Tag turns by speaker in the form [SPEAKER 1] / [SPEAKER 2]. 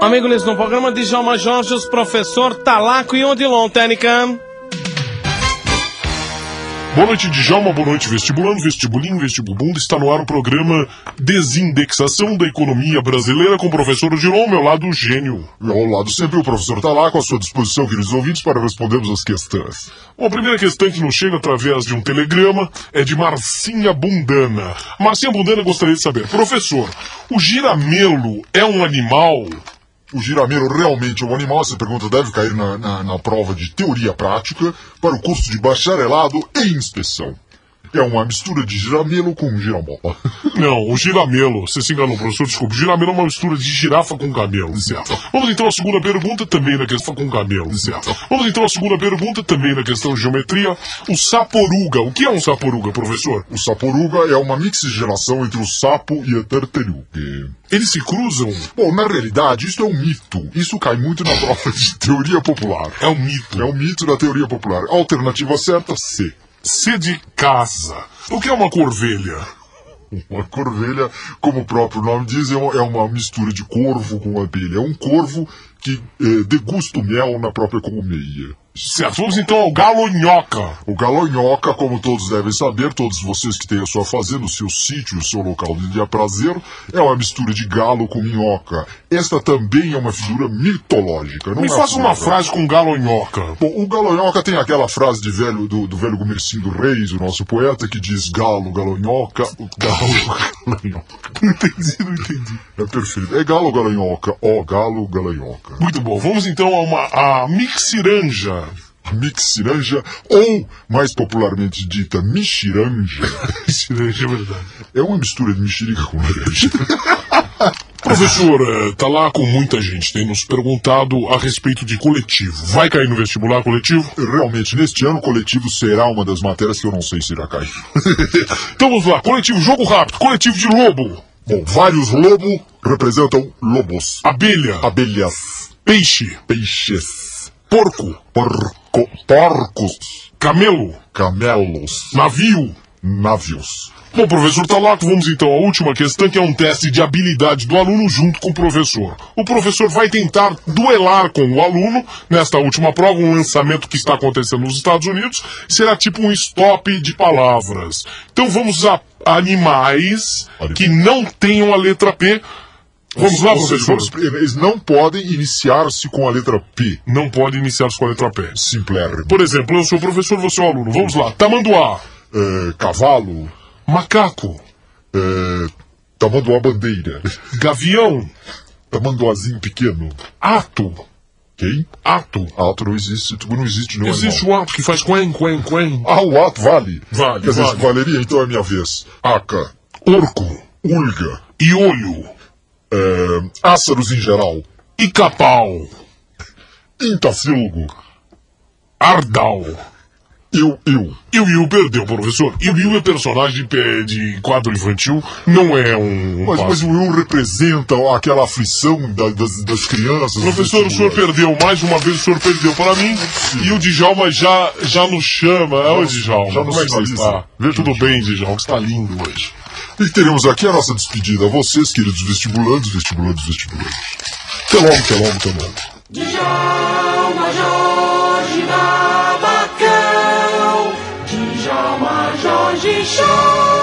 [SPEAKER 1] Amigos, no programa de Djalma Jorge, os professor Talaco e Odilon Técnica.
[SPEAKER 2] Boa noite, Djalma. Boa noite, vestibulando, vestibulinho, vestbubundo. Está no ar o programa Desindexação da Economia Brasileira com o professor Odilon, meu lado gênio.
[SPEAKER 3] E ao lado sempre o professor
[SPEAKER 2] tá
[SPEAKER 3] Talaco, à sua disposição, queridos ouvintes, para respondermos as questões.
[SPEAKER 2] Bom, a primeira questão que nos chega através de um telegrama é de Marcinha Bundana. Marcinha Bundana gostaria de saber, professor, o giramelo é um animal?
[SPEAKER 3] O giramelo realmente é um animal? Essa pergunta deve cair na, na, na prova de teoria prática para o curso de bacharelado em inspeção. É uma mistura de giramelo com giramola.
[SPEAKER 2] Não, o giramelo. Você se enganou, professor. Desculpa. Giramelo é uma mistura de girafa com camelo.
[SPEAKER 3] Certo.
[SPEAKER 2] Vamos então à segunda pergunta, também na questão com camelo.
[SPEAKER 3] Certo.
[SPEAKER 2] Vamos então à segunda pergunta, também na questão de geometria. O saporuga. O que é um saporuga, professor?
[SPEAKER 3] O saporuga é uma mixigenação entre o sapo e a tartaruga.
[SPEAKER 2] Eles se cruzam?
[SPEAKER 3] Bom, na realidade, isso é um mito. Isso cai muito na prova de teoria popular.
[SPEAKER 2] É um mito.
[SPEAKER 3] É um mito da teoria popular. Alternativa certa, C.
[SPEAKER 2] C de casa. O que é uma corvelha?
[SPEAKER 3] Uma corvelha, como o próprio nome diz, é uma mistura de corvo com abelha. É um corvo que é, degusta o mel na própria colmeia.
[SPEAKER 2] Certo, vamos então ao galonhoca.
[SPEAKER 3] O galonhoca, como todos devem saber, todos vocês que têm a sua fazenda, o seu sítio, o seu local de prazer, é uma mistura de galo com minhoca. Esta também é uma figura mitológica. Não
[SPEAKER 2] Me
[SPEAKER 3] é
[SPEAKER 2] faça uma frase com galonhoca.
[SPEAKER 3] Bom, o galonhoca tem aquela frase de velho, do, do velho Gomercindo Reis, o nosso poeta, que diz galo, galonhoca, galo, galonhoca.
[SPEAKER 2] Não entendi, não entendi.
[SPEAKER 3] É perfeito. É galo, galonhoca, ó, galo, galonhoca.
[SPEAKER 2] Muito bom, vamos então a uma a mixiranja.
[SPEAKER 3] Mixiranja, ou mais popularmente dita mexiranja,
[SPEAKER 2] Mixiranja, é verdade.
[SPEAKER 3] é uma mistura de mexerica com laranja.
[SPEAKER 2] Professor, eh, tá lá com muita gente, tem nos perguntado a respeito de coletivo. Vai cair no vestibular coletivo?
[SPEAKER 3] Realmente, neste ano, coletivo será uma das matérias que eu não sei se irá cair.
[SPEAKER 2] Então vamos lá, coletivo, jogo rápido, coletivo de lobo,
[SPEAKER 3] Bom, vários lobos representam lobos,
[SPEAKER 2] abelha,
[SPEAKER 3] abelhas,
[SPEAKER 2] peixe,
[SPEAKER 3] peixes,
[SPEAKER 2] porco,
[SPEAKER 3] porco, porcos,
[SPEAKER 2] camelo,
[SPEAKER 3] camelos,
[SPEAKER 2] navio.
[SPEAKER 3] navios.
[SPEAKER 2] Bom, professor Talaco, vamos então à última questão, que é um teste de habilidade do aluno junto com o professor. O professor vai tentar duelar com o aluno nesta última prova, um lançamento que está acontecendo nos Estados Unidos. Será tipo um stop de palavras. Então vamos a animais que não tenham a letra P. Vamos lá,
[SPEAKER 3] Ou seja,
[SPEAKER 2] professor.
[SPEAKER 3] vamos- Eles não podem iniciar-se com a letra P,
[SPEAKER 2] Não pode iniciar-se com a letra P.
[SPEAKER 3] simplérrimo.
[SPEAKER 2] Por exemplo, eu sou o professor, você é o aluno. Vamos lá. Tamanduá.
[SPEAKER 3] É, cavalo,
[SPEAKER 2] Macaco.
[SPEAKER 3] é, tamanduá bandeira,
[SPEAKER 2] Gavião.
[SPEAKER 3] tamanduazinho pequeno.
[SPEAKER 2] Ato.
[SPEAKER 3] Quem?
[SPEAKER 2] Ato.
[SPEAKER 3] Ato não existe, tu- não existe nenhum
[SPEAKER 2] Existe
[SPEAKER 3] animal.
[SPEAKER 2] o ato que faz quen, quen, quen.
[SPEAKER 3] Ah, o ato vale?
[SPEAKER 2] Vale,
[SPEAKER 3] Quer dizer,
[SPEAKER 2] vale.
[SPEAKER 3] valeria, então é minha vez. Aca,
[SPEAKER 2] Orco.
[SPEAKER 3] ulga,
[SPEAKER 2] E olho.
[SPEAKER 3] é, ácaros em geral,
[SPEAKER 2] E capau.
[SPEAKER 3] intafilgo,
[SPEAKER 2] Ardal.
[SPEAKER 3] eu, eu.
[SPEAKER 2] E o Will perdeu, professor. E o Will é personagem de, pe- de quadro infantil, não é um. um
[SPEAKER 3] Mas, mas
[SPEAKER 2] pássaro.
[SPEAKER 3] o eu representa aquela aflição da- das, das crianças. dos
[SPEAKER 2] Professor, o senhor
[SPEAKER 3] vestibulantes.
[SPEAKER 2] perdeu mais uma vez, o senhor perdeu para mim. E o Djalma já, já nos chama. É o Djalma.
[SPEAKER 3] já nos
[SPEAKER 2] Como é que você
[SPEAKER 3] sinaliza.
[SPEAKER 2] está?
[SPEAKER 3] Veja
[SPEAKER 2] Tudo
[SPEAKER 3] o
[SPEAKER 2] bem, Djalma. Está lindo hoje.
[SPEAKER 3] E teremos aqui a nossa despedida. A vocês, queridos vestibulantes, vestibulantes, vestibulantes. Até logo, até logo, até logo.
[SPEAKER 4] Djalma Jorge Babacão, Djalma Jorge Show.